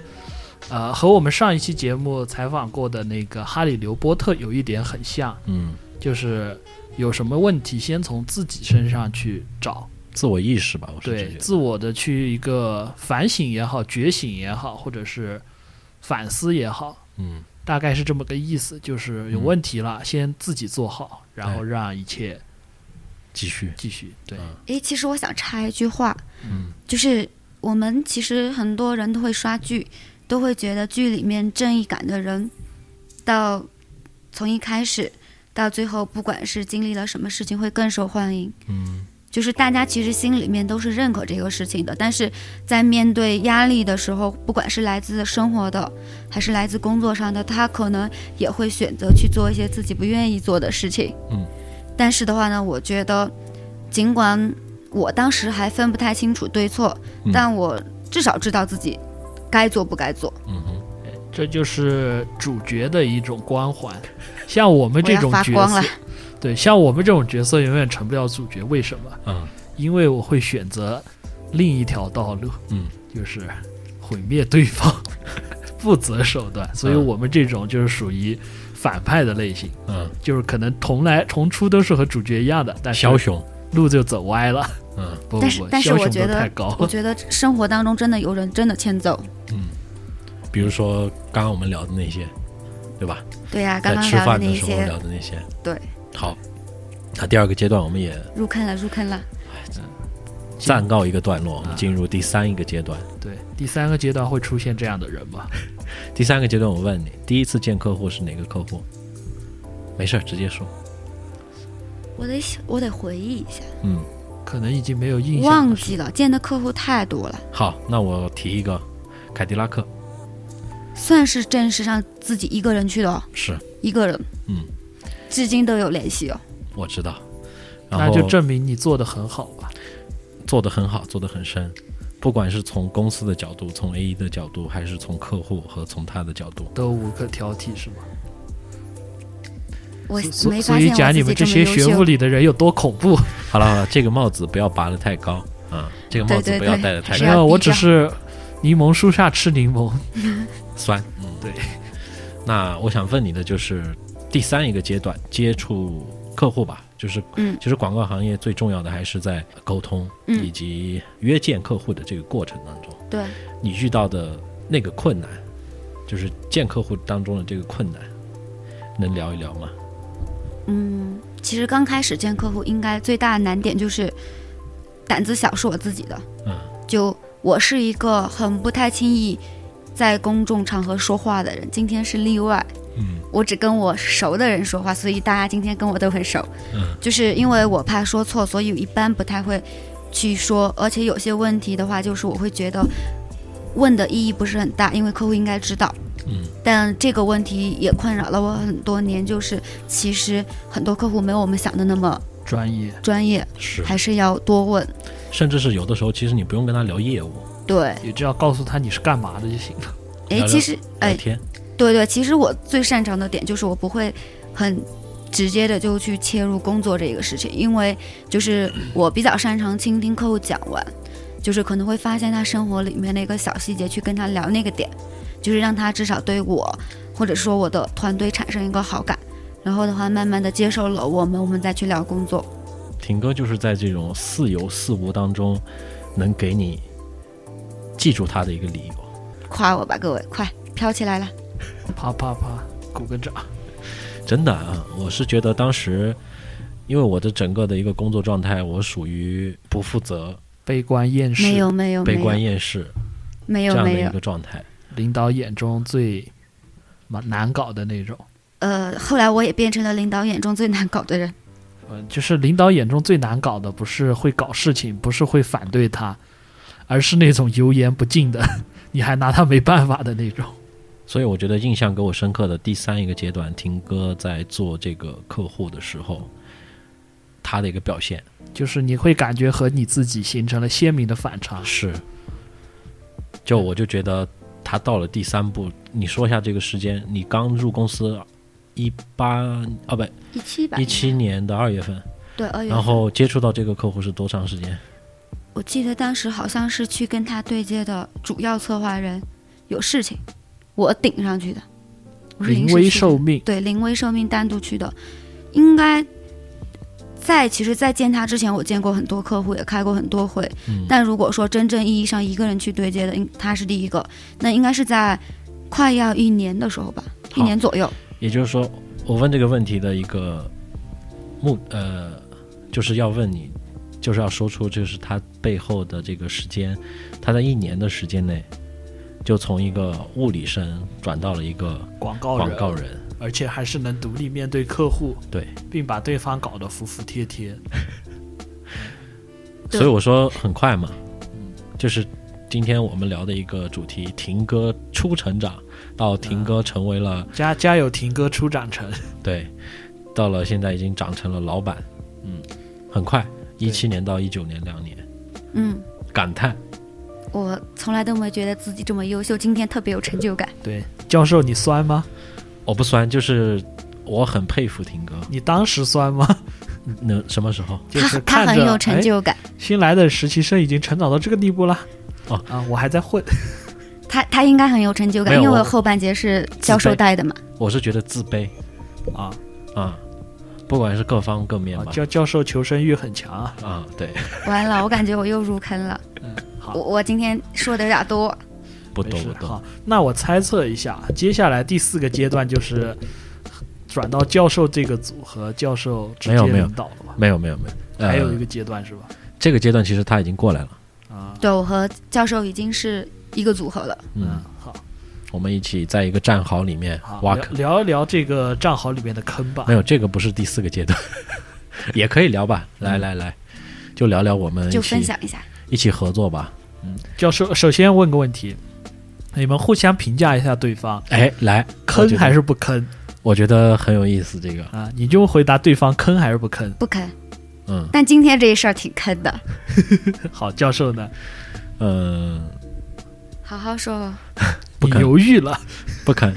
S2: 呃，和我们上一期节目采访过的那个哈里刘波特有一点很像，
S1: 嗯，
S2: 就是有什么问题先从自己身上去找，
S1: 自我意识吧，我是
S2: 对
S1: 觉得，
S2: 自我的去一个反省也好，觉醒也好，或者是反思也好，
S1: 嗯
S2: 大概是这么个意思，就是有
S1: 嗯
S2: 问题了，先自己做好，然后
S1: 对
S2: 让一切
S1: 继续，
S2: 继续。对，
S1: 嗯
S3: 诶，其实我想插一句话，
S1: 嗯
S3: 就是我们其实很多人都会刷剧，都会觉得剧里面正义感的人，到从一开始到最后，不管是经历了什么事情，会更受欢迎。
S1: 嗯
S3: 就是大家其实心里面都是认可这个事情的，但是在面对压力的时候，不管是来自生活的，还是来自工作上的，他可能也会选择去做一些自己不愿意做的事情。
S1: 嗯，
S3: 但是的话呢，我觉得，尽管我当时还分不太清楚对错，
S1: 嗯
S3: 但我至少知道自己该做不该做。
S1: 嗯哼
S2: 这就是主角的一种光环。像我们
S3: 我
S2: 这
S3: 要
S2: 种
S3: 发
S2: 角
S3: 光了
S2: 色，，对，像我们这种角色永远成不了主角，为什么？
S1: 啊
S2: 因为我会选择另一条道路，
S1: 嗯，
S2: 就是毁灭对方， 不择手段。所以
S1: 嗯
S2: 我们这种就是属于反派的类型，
S1: 嗯，
S2: 就是可能重来重出都是和主角一样的，但是
S1: 枭雄，
S2: 路就走歪了。
S1: 嗯
S2: 不不
S3: 但是
S2: 不，
S3: 但是
S2: 枭
S3: 我
S2: 雄
S3: 觉
S2: 都
S3: 得
S2: 太高
S3: 我
S2: 了。
S3: 觉得生活当中真的有人真的欠揍。
S1: 嗯，比如说刚刚我们聊的那些，对吧？
S3: 对呀、刚
S1: 在
S3: 刚
S1: 吃
S3: 聊的
S1: 饭
S3: 那
S1: 的
S3: 一
S1: 时候
S3: 些
S1: 聊的那些，
S3: 对，
S1: 好。那第二个阶段，我们也
S3: 入坑了，入坑了。
S1: 暂告一个段落，我
S2: 啊
S1: 们进入第三一个阶段。
S2: 对，第三个阶段会出现这样的人吗？
S1: 第三个阶段，我问你，第一次见客户是哪个客户？没事儿，直接说。
S3: 我得想我得回忆一下，
S1: 嗯，
S2: 可能已经没有印象了
S3: 忘记了见的客户太多了，
S1: 好，那我提一个，凯迪拉克
S3: 算是正式上自己一个人去的哦，
S1: 是
S3: 一个人，
S1: 嗯，
S3: 至今都有联系哦。
S1: 我知道，然
S2: 那
S1: 后
S2: 就证明你做的很好吧。
S1: 做得很好，做得很深，不管是从公司的角度，从 A E 的角度，还是从客户和从他的角度，
S2: 都无可挑剔是吗？
S3: 我
S2: 所
S3: 没
S2: 所
S3: 发
S2: 以
S3: 现
S2: 讲你
S3: 我
S2: 们
S3: 自己
S2: 这
S3: 这
S2: 些
S3: 么嗯
S2: 学
S3: 优
S2: 府
S3: 秀，
S2: 里的人有多恐怖？
S1: 好了好了，这个帽子不要拔得太高啊、这个帽子
S3: 对对
S1: 不要
S3: 对
S1: 戴得太
S3: 还
S1: 高
S2: 没有，
S3: 是，要啊低
S2: 我只
S3: 调
S2: 是柠檬树下吃柠檬。
S1: 酸。嗯，
S2: 对。
S1: 那我想问你的就是第三一个阶段接触客户吧，就是
S3: 嗯
S1: 其实广告行业最重要的还是在沟通
S3: 嗯
S1: 以及约见客户的这个过程当中，
S3: 对，
S1: 你遇到的那个困难，就是见客户当中的这个困难，能聊一聊吗？
S3: 嗯，其实刚开始见客户，应该最大的难点就是胆子小是我自己的。
S1: 嗯，
S3: 就我是一个很不太轻易在公众场合说话的人，今天是例外。
S1: 嗯
S3: 我只跟我熟的人说话，所以大家今天跟我都很熟。
S1: 嗯
S3: 就是因为我怕说错，所以一般不太会去说，而且有些问题的话，就是我会觉得问的意义不是很大，因为客户应该知道。
S1: 嗯，
S3: 但这个问题也困扰了我很多年，就是其实很多客户没有我们想的那么
S2: 专业
S3: 专业，
S1: 是，
S3: 还是要多问。
S1: 甚至是有的时候，其实你不用跟他聊业务，
S3: 对，
S2: 也只要告诉他你是干嘛的就行了。
S3: 哎，
S1: 聊
S3: 其实
S1: 聊
S3: 哎，
S1: 天，
S3: 对对，其实我最擅长的点就是我不会很直接的就去切入工作这个事情，因为就是我比较擅长倾听客户讲完，就是可能会发现他生活里面的一个小细节，去跟他聊那个点，就是让他至少对我或者说我的团队产生一个好感，然后的话慢慢的接受了我们，我们再去聊工作。
S1: 挺哥就是在这种似有似无当中，能给你记住他的一个理由。
S3: 夸我吧，各位，快飘起来了！
S2: 啪啪啪，鼓个掌。
S1: 真的啊，我是觉得当时，因为我的整个的一个工作状态，我属于不负责、
S2: 悲观厌世，
S3: 没有没有
S1: 悲
S3: 哦没
S1: 观
S3: 有
S1: 厌世
S3: 没
S1: 这
S3: 有
S1: 样的
S3: 没
S1: 一
S3: 有，
S1: 个状态。
S2: 领导眼中最蛮难搞的那种。
S3: 呃，后来我也变成了领导眼中最难搞的人。
S2: 呃，就是领导眼中最难搞的，不是会搞事情，不是会反对他，而是那种油盐不进的， 你还拿他没办法的那种。
S1: 所以我觉得印象给我深刻的第三一个阶段，婷哥在做这个客户的时候，他的一个表现
S2: 就是你会感觉和你自己形成了鲜明的反差。
S1: 是，就我就觉得他到了第三步，你说一下这个时间，你刚入公司一八啊不
S3: 一七吧，
S1: 一七年的二月份，
S3: 对二月份。
S1: 然后接触到这个客户是多长时间？
S3: 我记得当时好像是去跟他对接的主要策划人有事情，我顶上去的，我是临
S2: 临
S3: 时
S2: 危
S3: 去的
S2: 受命，
S3: 对临危受命单独去的，应该在其实，在见他之前，我见过很多客户，也开过很多会，
S1: 嗯
S3: 但如果说真正意义上一个人去对接的，应他是第一个，那应该是在快要一年的时候吧，一
S1: 好
S3: 年左右。
S1: 也就是说，我问这个问题的一个目呃，就是要问你，就是要说出就是他背后的这个时间，他在一年的时间内，就从一个物理生转到了一个
S2: 广告人，
S1: 广告人。
S2: 而且还是能独立面对客户，
S1: 对，
S2: 并把对方搞得服服帖帖。
S3: 对
S1: 所以我说很快嘛，就是今天我们聊的一个主题，婷哥初成长到婷哥成为了、
S2: 家家有婷哥出长城，
S1: 对，到了现在已经长成了老板，嗯，很快，一七年到一九年两年，
S3: 嗯，
S1: 感叹。
S3: 我从来都没觉得自己这么优秀，今天特别有成就感。
S2: 对，教授你酸吗？
S1: 我哦不酸，就是我很佩服婷哥。
S2: 你当时酸 吗？嗯
S1: 能什么时候？
S2: 就是
S3: 他
S2: 看
S3: 他很
S2: 着
S3: 有成
S2: 哎，
S3: 就感。
S2: 新来的实习生已经成长到这个地步了。
S1: 哦
S2: 啊，我还在混，
S3: 他他应该很有成就感，
S1: 没有
S3: 因为
S1: 我
S3: 我后半截是教授带的嘛。
S1: 我是觉得自卑
S2: 啊，
S1: 啊，不管是各方各面
S2: 啊
S1: 吧。
S2: 教教授求生欲很强啊。
S1: 啊，对，
S3: 完了，我感觉我又入坑了。
S2: 嗯，
S1: 啊
S2: 好
S3: 我，我今天说的有点多，
S1: 不
S2: 没
S1: 懂
S2: 事
S1: 不懂。
S2: 好，那我猜测一下，接下来第四个阶段就是转到教授这个组和教授直
S1: 没
S2: 接
S1: 有没有
S2: 领导了吧？
S1: 没有没有没有，呃
S2: 还有一个阶段是吧？
S1: 这个阶段其实他已经过来了。
S2: 啊，
S3: 对我和教授已经是一个组合了。
S1: 嗯，，
S2: 好，
S1: 我们一起在一个战壕里面
S2: 好，
S1: 挖
S2: 啊聊
S1: 坑。
S2: 聊一聊这个战壕里面的坑吧
S1: 没。有，这个不是第四个阶段，也可以聊吧。来来来，就聊聊我们
S3: 嗯就
S1: 一
S3: 分
S1: 起
S3: 享一下，
S1: 一起合作吧。
S2: 教授，首先问个问题，你们互相评价一下对方
S1: 哎，来，我
S2: 坑
S1: 觉得
S2: 还是不坑
S1: 我觉得很有意思。这个，
S2: 啊？你就回答对方坑还是不坑。
S3: 不坑。
S1: 嗯
S3: 但今天这事儿挺坑的，
S2: 好，教授呢？
S1: 嗯，
S3: 好好说吧。
S1: 不
S2: 你
S1: 坑
S2: 犹豫了，
S1: 不肯，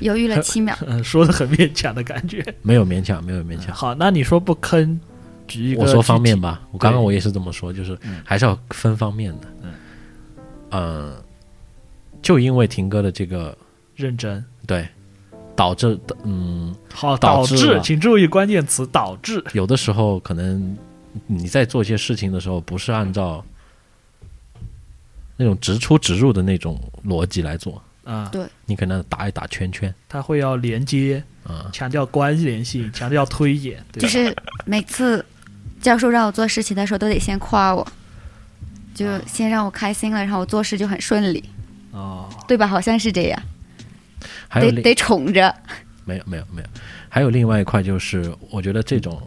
S3: 犹豫 了七秒，
S2: 嗯，说的很勉强的感觉。
S1: 没有勉强，没有勉强。
S2: 好，那你说不坑，嗯举一个
S1: 我说方
S2: 具体
S1: 面吧，我刚刚我也是这么说，就是
S2: 嗯
S1: 还是要分方面的。呃
S2: 嗯
S1: 嗯，就因为婷哥的这个
S2: 认真。
S1: 对，导致嗯，
S2: 好，
S1: 导
S2: 导
S1: 致了
S2: 请注意关键词导致。
S1: 有的时候可能你在做一些事情的时候，不是按照那种直出直入的那种逻辑来做，
S2: 啊、
S1: 你可能打一打圈圈
S2: 它会要连接，
S1: 啊、
S2: 强调关联性，强调推演，对吧
S3: 就是每次教授让我做事情的时候，都得先夸我，就先让我开心了，然后我做事就很顺利，
S2: 哦，
S3: 对吧？好像是这样，
S1: 还有
S3: 得
S1: 另
S3: 得宠着。
S1: 没有没有没有，还有另外一块就是，我觉得这种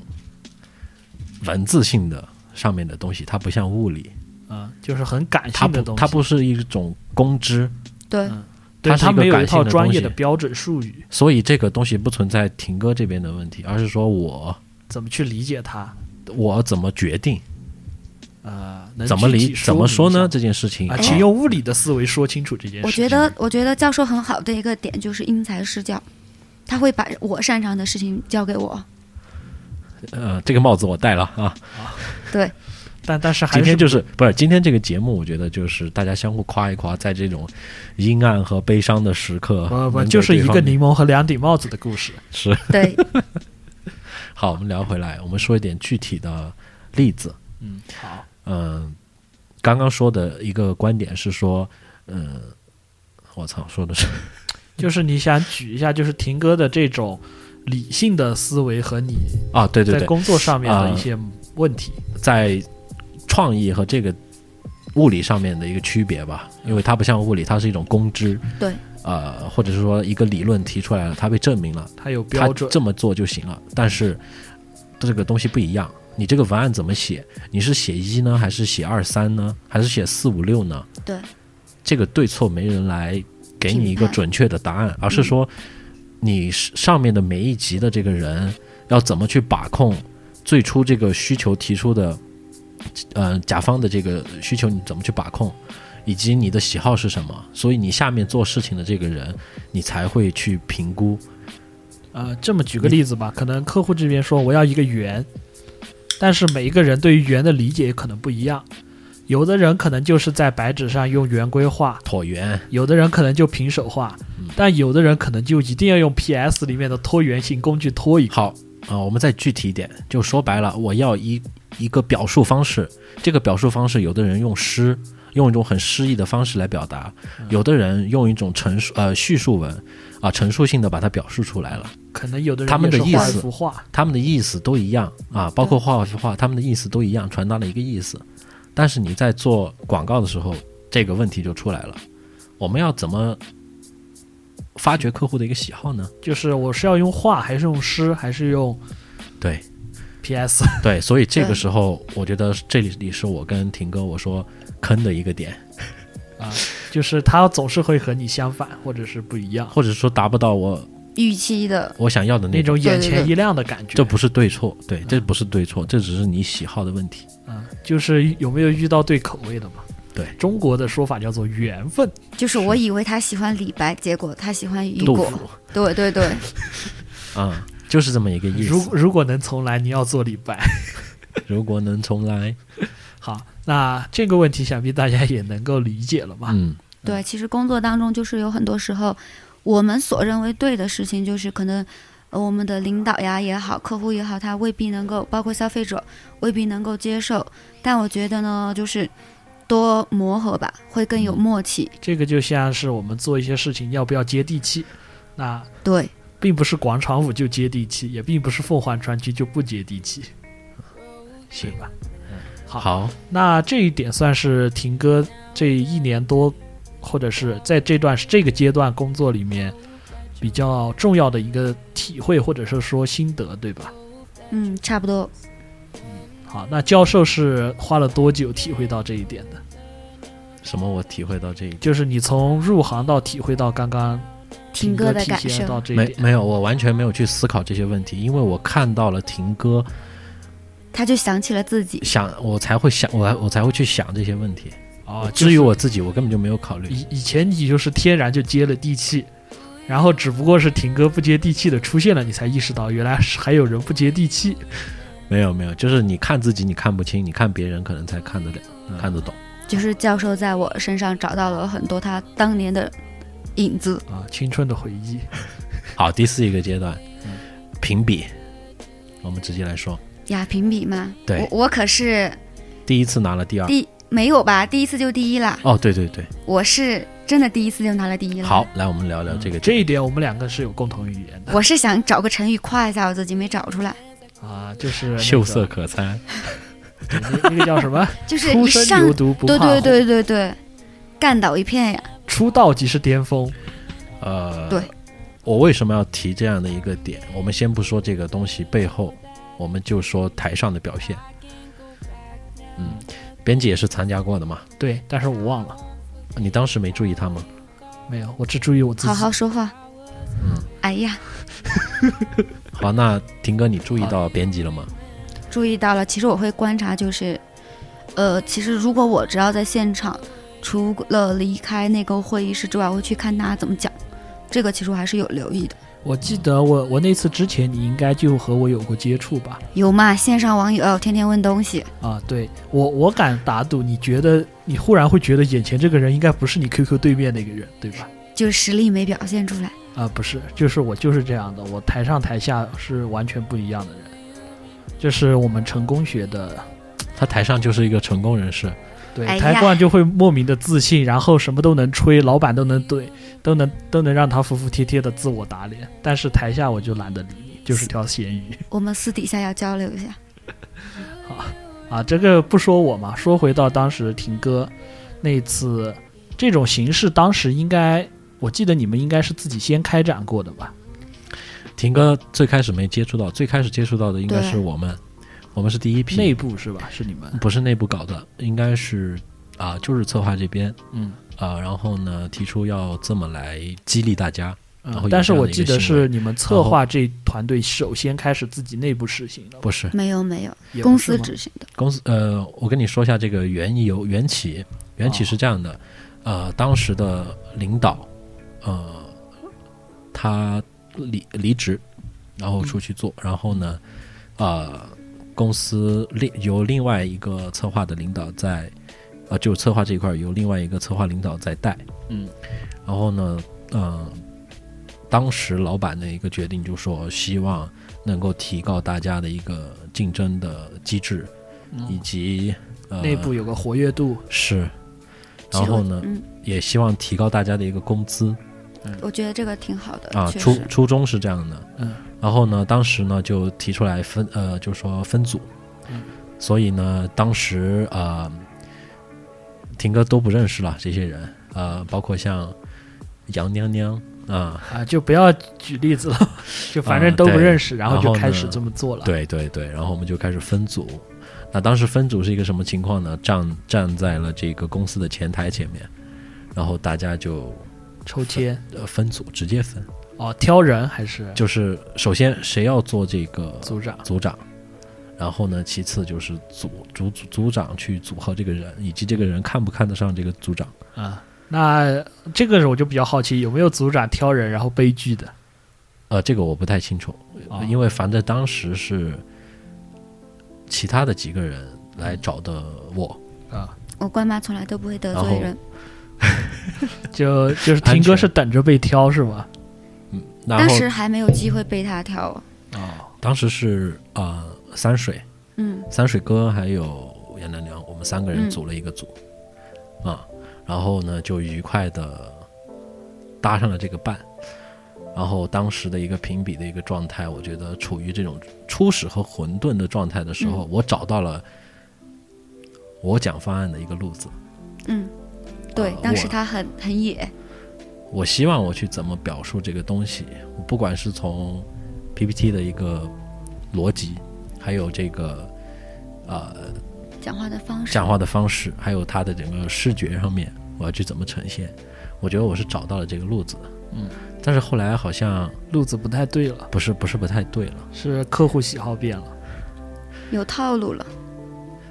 S1: 文字性的上面的东西，它不像物理，
S2: 啊、就是很感
S1: 它
S2: 性的
S1: 不
S2: 东西，
S1: 它不是一种公知，
S3: 对
S2: 嗯对
S1: 它是一
S2: 它
S1: 个
S2: 没有一
S1: 感性
S2: 套
S1: 的
S2: 专
S1: 东
S2: 业
S1: 西
S2: 的标准术语，
S1: 所以这个东西不存在婷哥这边的问题，而是说我
S2: 怎么去理解它？
S1: 我怎么决定，
S2: 呃，能
S1: 怎么
S2: 具
S1: 理
S2: 体
S1: 怎
S2: 明
S1: 么说
S2: 一下
S1: 呢？
S2: 吗
S1: 这件事情
S2: 啊，
S1: 啊
S2: 请用物理的思维说清楚这件事。
S3: 哎我觉得，我觉得教授很好的一个点就是因材施教，他会把我擅长的事情交给我。
S1: 呃，这个帽子我戴了啊。
S2: 但但是还
S1: 今天就是是不是今天这个节目，我觉得就是大家相互夸一夸，在这种阴暗和悲伤的时刻，
S2: 不不
S1: 能啊给
S2: 就是
S1: 对
S2: 一
S1: 方
S2: 个柠檬和两顶帽子的故事。
S1: 是
S3: 对，
S1: 好，我们聊回来，我们说一点具体的例子。
S2: 嗯，好，
S1: 嗯，刚刚说的一个观点是说，嗯，我操，说的是
S2: 就是你想举一下，就是婷哥的这种理性的思维和你
S1: 啊，对对
S2: 在
S1: 对，
S2: 工作上面的
S1: 啊
S2: 一些问题。
S1: 在创意和这个物理上面的一个区别吧，因为它不像物理，它是一种公知，
S3: 对，
S1: 呃，或者是说一个理论提出来了，它被证明了，
S2: 它有
S1: 他
S2: 标准，
S1: 这么做就行了。但是这个东西不一样，你这个文案怎么写？你是写一呢，还是写二三呢，还是写四五六呢？
S3: 对，
S1: 这个对错没人来给你一
S3: 评
S1: 个
S3: 判
S1: 准确的答案，而是说你是上面的每一级的这个人要怎么去把控最初这个需求提出的，呃，甲方的这个需求你怎么去把控？以及你的喜好是什么，所以你下面做事情的这个人，你才会去评估
S2: 呃，这么举个例子吧，可能客户这边说我要一个圆，但是每一个人对于圆的理解可能不一样，有的人可能就是在白纸上用圆规画，
S1: 椭圆，
S2: 有的人可能就平手画，
S1: 嗯
S2: 但有的人可能就一定要用 PS 里面的拖圆形工具拖一个。
S1: 好啊、我们再具体一点，就说白了，我要一一个表述方式。这个表述方式，有的人用诗，用一种很诗意的方式来表达；有的人用一种陈述呃叙述文啊、陈述性的把它表述出来了。
S2: 可能有的人
S1: 他们的
S2: 也是画
S1: 意
S2: 一
S1: 思
S2: 幅画，
S1: 他们的意思都一样啊，包括画画，他们的意思都一样，传达了一个意思。但是你在做广告的时候，这个问题就出来了：我们要怎么发掘客户的一个喜好呢？
S2: 就是我是要用画，还是用诗，还是用
S1: 对，
S2: PS？
S1: 对，所以这个
S3: 对
S1: 时候，我觉得这里是我跟婷哥我说坑的一个点，
S2: 就是它总是会和你相反，或者是不一样，
S1: 或者说达不到我
S3: 预期的
S1: 我想要的
S2: 那
S1: 那种，
S2: 种眼
S3: 对对
S2: 前
S3: 对
S2: 一亮的感觉。
S1: 嗯这不是对错，对，这不是对错，这只是你喜好的问题。
S2: 嗯，就是有没有遇到对口味的嘛？
S1: 对
S2: 中国的说法叫做缘分。
S3: 就是我以为他喜欢李白，结果他喜欢雨
S1: 杜
S3: 果。
S1: 甫
S3: 对对对，
S1: 啊、就是这么一个意
S2: 如
S1: 思。
S2: 如果能重来，你要做李白。
S1: 如果能重来，
S2: 好，那这个问题想必大家也能够理解了吧？
S1: 嗯，
S3: 对，其实工作当中就是有很多时候，我们所认为对的事情，就是可能呃我们的领导呀也好，客户也好，他未必能够，包括消费者未必能够接受。但我觉得呢，就是多磨合吧，会更
S1: 嗯
S3: 有默契。
S2: 这个就像是我们做一些事情要不要接地气，那
S3: 对，
S2: 并不是广场舞就接地气，也并不是凤凰传奇就不接地气。
S1: 行吧。
S2: 好
S1: 好，
S2: 那这一点算是婷哥这一年多，或者是在这段这个阶段工作里面比较重要的一个体会，或者是说心得，对吧？
S3: 嗯，差不多。
S2: 好，那教授是花了多久体会到这一点的？
S1: 什么我体会到这一点？
S2: 就是你从入行到体会到刚刚
S3: 听
S2: 哥
S3: 歌的
S2: 体
S3: 感
S2: 现
S3: 受
S2: 到，这一
S1: 没
S2: 点，
S1: 没有，我完全没有去思考这些问题，因为我看到了婷哥，
S3: 他就想起了自己。
S1: 想我才会想我我才会去想这些问题。
S2: 啊，就是
S1: 呃至于我自己，我根本就没有考虑。
S2: 以以前你就是天然就接了地气，然后只不过是婷哥不接地气的出现了，你才意识到原来是还有人不接地气。
S1: 没有没有，就是你看自己你看不清，你看别人可能才看得了、
S2: 嗯
S1: 看得懂。
S3: 就是教授在我身上找到了很多他当年的影子。
S2: 啊，青春的回忆。
S1: 好，第四一个阶段，评比，我们直接来说，
S3: 呀，评比嘛，
S1: 对
S3: 我我可是
S1: 第一次拿了第二，
S3: 第没有吧，第一次就第一了，
S1: 哦，对对对，
S3: 我是真的第一次就拿了第一了。
S1: 好，，来我们聊聊这个
S2: 嗯这一点我们两个是有共同语言的
S3: 我是想找个成语夸一下我自己，没找出来，
S2: 啊，就是那个
S1: 秀色，可餐，
S2: 对那那个叫什 么？
S3: 就是
S2: 初
S3: 一
S2: 生
S3: 上
S2: 牛犊不怕
S3: 对
S2: 虎，
S3: 对对对对，干倒一片呀！
S2: 出道即是巅峰。
S1: 呃，
S3: 对，
S1: 我为什么要提这样的一个点？我们先不说这个东西背后，我们就说台上的表现。嗯，编辑也是参加过的嘛，
S2: 对，但是我忘了，
S1: 你当时没注意他吗？
S2: 没有，我只注意我自己。
S3: 好好说话。
S1: 嗯，
S3: 哎呀，
S1: 好，那婷哥，你注意到编辑了吗？
S3: 注意到了，其实我会观察，就是，呃，其实如果我只要在现场，除了离开那个会议室之外，我会去看他怎么讲，这个其实我还是有留意的。
S2: 我记得我我那次之前，你应该就和我有过接触吧？
S3: 有嘛？线上网友哦天天问东西，
S2: 啊，对我我敢打赌，你觉得你忽然会觉得眼前这个人应该不是你 QQ 对面那个人，对吧？
S3: 就是实力没表现出 来。
S2: 啊，不是，就是我就是这样的，我台上台下是完全不一样的人。这是我们成功学的，
S1: 他台上就是一个成功人士，
S2: 对，
S3: 哎呀
S2: 台冠就会莫名的自信，然后什么都能吹，老板都能
S1: 嗯
S2: 怼，都能都能让他服服帖帖的自我打脸。但是台下我就懒得理你，就是条咸 鱼
S3: 我们私底下要交流一下。
S2: 啊。这个不说我嘛，说回到当时婷哥那次，这种形式当时应该，我记得你们应该是自己先开展过的吧？
S1: 婷哥最开始没接触到，最开始接触到的应该是
S3: 对
S1: 我们，我们是第一批，
S2: 内部是吧？是你们？
S1: 不是内部搞的，应该是啊、就是策划这边
S2: 嗯。
S1: 啊、然后呢提出要这么来激励大家，然后
S2: 嗯
S1: 有，
S2: 但是
S1: 这样
S2: 我
S1: 的一
S2: 记
S1: 个
S2: 得
S1: 行为
S2: 是你们策
S1: 然后
S2: 划这团队首先开始自己内部实行的，
S1: 不是
S3: 没有没有，
S2: 也不
S3: 公
S2: 是
S3: 司
S2: 吗
S3: 执行的。
S1: 公司呃，我跟你说一下这个缘由缘起，缘起是这样的，呃，当时的领导呃他离离职，然后出去做，然后呢，呃，公司另由另外一个策划的领导在，呃，就策划这一块儿由另外一个策划领导在带，
S2: 嗯，
S1: 然后呢，呃，当时老板的一个决定就说希望能够提高大家的一个竞争的机制，
S2: 嗯
S1: 以及呃
S2: 内部有个活跃度，
S1: 是，然后呢，
S3: 嗯，
S1: 也希望提高大家的一个工资
S3: 我觉得这个挺好的，
S1: 啊，
S3: 确
S1: 初
S3: 实。
S1: 初衷是这样的。
S2: 嗯，
S1: 然后呢，当时呢就提出来分呃，就说分组，
S2: 嗯
S1: 所以呢，当时呃，婷哥都不认识了这些人，呃，包括像杨娘娘啊、
S2: 啊，就不要举例子了，就反正
S1: 啊
S2: 都不
S1: 对
S2: 认识，然后
S1: 然
S2: 就
S1: 后
S2: 开
S1: 呢
S2: 始这么做了。
S1: 对对对，然后我们就开始分组。那当时分组是一个什么情况呢？站站在了这个公司的前台前面，然后大家就
S2: 抽签
S1: 呃分组直接分，
S2: 哦，挑人还是
S1: 就是首先谁要做这个
S2: 组长？
S1: 组长，然后呢，其次就是组组组组长去组合这个人，以及这个人看不看得上这个组长。
S2: 啊，那这个我就比较好奇，有没有组长挑人然后悲剧的？
S1: 呃，这个我不太清楚，
S2: 哦
S1: 啊因为反正当时是其他的几个人来找的我，
S2: 啊，
S3: 我官妈从来都不会得
S1: 然
S3: 罪
S1: 后
S3: 人，
S2: 就就是
S1: 安
S2: 听哥
S1: 全
S2: 是等着被挑是吗？
S1: 然
S3: 当
S1: 后
S3: 时还没有机会被他挑哦。
S2: 哦，
S1: 当时是呃三水
S3: 嗯，
S1: 三水哥还有颜良良，我们三个人
S3: 嗯
S1: 组了一个组，啊，然后呢就愉快的搭上了这个伴，然后当时的一个评比的一个状态，我觉得处于这种初始和混沌的状态的时候，我找到了我讲方案的一个路子，
S3: 嗯对
S1: 啊，
S3: 当时
S1: 我
S3: 他很很野，
S1: 我希望我去怎么表述这个东西，不管是从 PPT 的一个逻辑，还有这个呃
S3: 讲话的方式。
S1: 讲话的方式，还有他的整个视觉上面，我要去怎么呈现，我觉得我是找到了这个路子。
S2: 嗯，
S1: 但是后来好像
S2: 路子不太对了，
S1: 不是不是不太对了，
S2: 是客户喜好变了。
S3: 有套路了，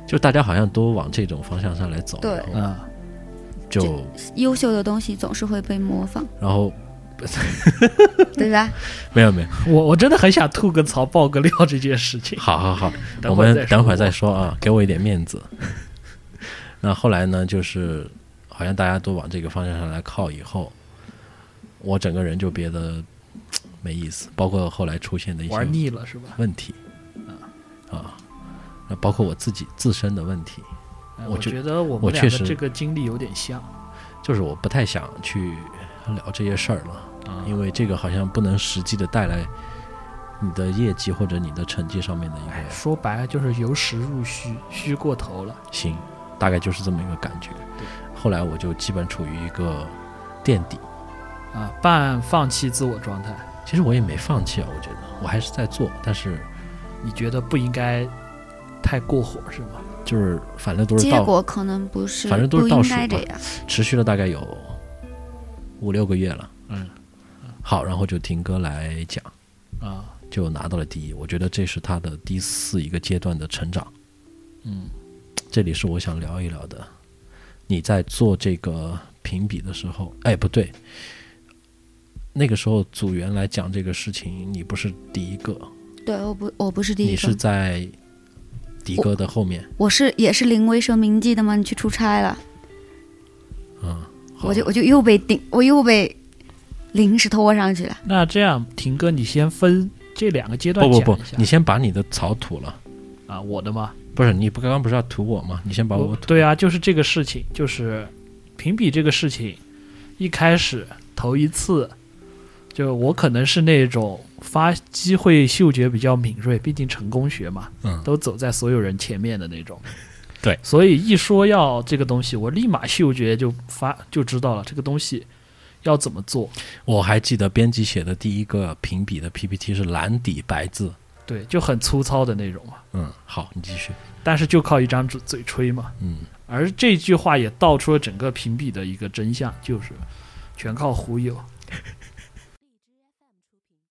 S1: 就大家好像都往这种方向上来走，
S3: 对
S1: 然后
S2: 嗯，
S1: 就
S3: 优秀的东西总是会被模 仿，
S1: 然后
S3: 对吧？
S1: 没有没有，
S2: 我我真的很想吐个槽、爆个料这件事情。
S1: 好好好，
S2: 等
S1: 我
S2: 会儿
S1: 们
S2: 再说
S1: 等会儿再说啊，给我一点面子。 那后来呢，就是好像大家都往这个方向上来靠，以后我整个人就变得没意思。包括后来出现的一
S2: 玩
S1: 些
S2: 腻了是吧？
S1: 问题，啊，那包括我自己自身的问题，
S2: 哎
S1: 我
S2: 我
S1: 觉
S2: 觉得我
S1: 我
S2: 们俩的
S1: 确实
S2: 这个经历有点像，
S1: 就是我不太想去聊这些事儿了，
S2: 啊
S1: 因为这个好像不能实际的带来你的业绩或者你的成绩上面的一
S2: 哎，
S1: 个
S2: 说白了就是由实入虚，虚过头了。
S1: 心，大概就是这么一个感觉。后来我就基本处于一个垫底，
S2: 啊，半放弃自我状态，
S1: 其实我也没放弃啊，我觉得我还是在做，但是
S2: 你觉得不应该太过火是吗？
S1: 就是反正都是
S3: 结
S1: 到
S3: 果可能不是，
S1: 反正都是倒
S3: 不
S1: 数
S3: 应该这
S1: 嘛
S3: 样。
S1: 持续了大概有五六个月了。
S2: 嗯，
S1: 好，然后就听歌来讲，
S2: 啊，
S1: 就拿到了第一。我觉得这是他的第四一个阶段的成长。
S2: 嗯，
S1: 这里是我想聊一聊的。你在做这个评比的时候，哎，不对，那个时候组员来讲这个事情，你不是第一个，
S3: 对，我不，我不是第
S1: 你
S3: 一
S1: 是
S3: 个，
S1: 在迪哥的后面
S3: 我是也是临危受命记的嘛。你去出差了，
S1: 啊。好
S3: 我就我就又被顶，我又被临时拖上去了。
S2: 那这样，婷哥，你先分这两个阶段
S1: 不不
S2: 讲
S1: 不
S2: 一下，
S1: 你先把你的草吐了。
S2: 啊，我的吗？
S1: 不是你不刚刚不是要吐我吗？你先把我
S2: 我
S1: 吐。
S2: 对啊，就是这个事情，就是评比这个事情，一开始头一次，就我可能是那种发机会嗅觉比较敏锐，毕竟成功学嘛，
S1: 嗯
S2: 都走在所有人前面的那种。
S1: 对
S2: 所以一说要这个东西，我立马嗅觉就发就知道了这个东西要怎么做。
S1: 我还记得编辑写的第一个评比的 PPT 是蓝底白字。
S2: 对，就很粗糙的那种嘛，
S1: 嗯，好，你继续。
S2: 但是就靠一张嘴嘴吹嘛。
S1: 嗯，
S2: 而这句话也道出了整个评比的一个真相，就是全靠忽悠。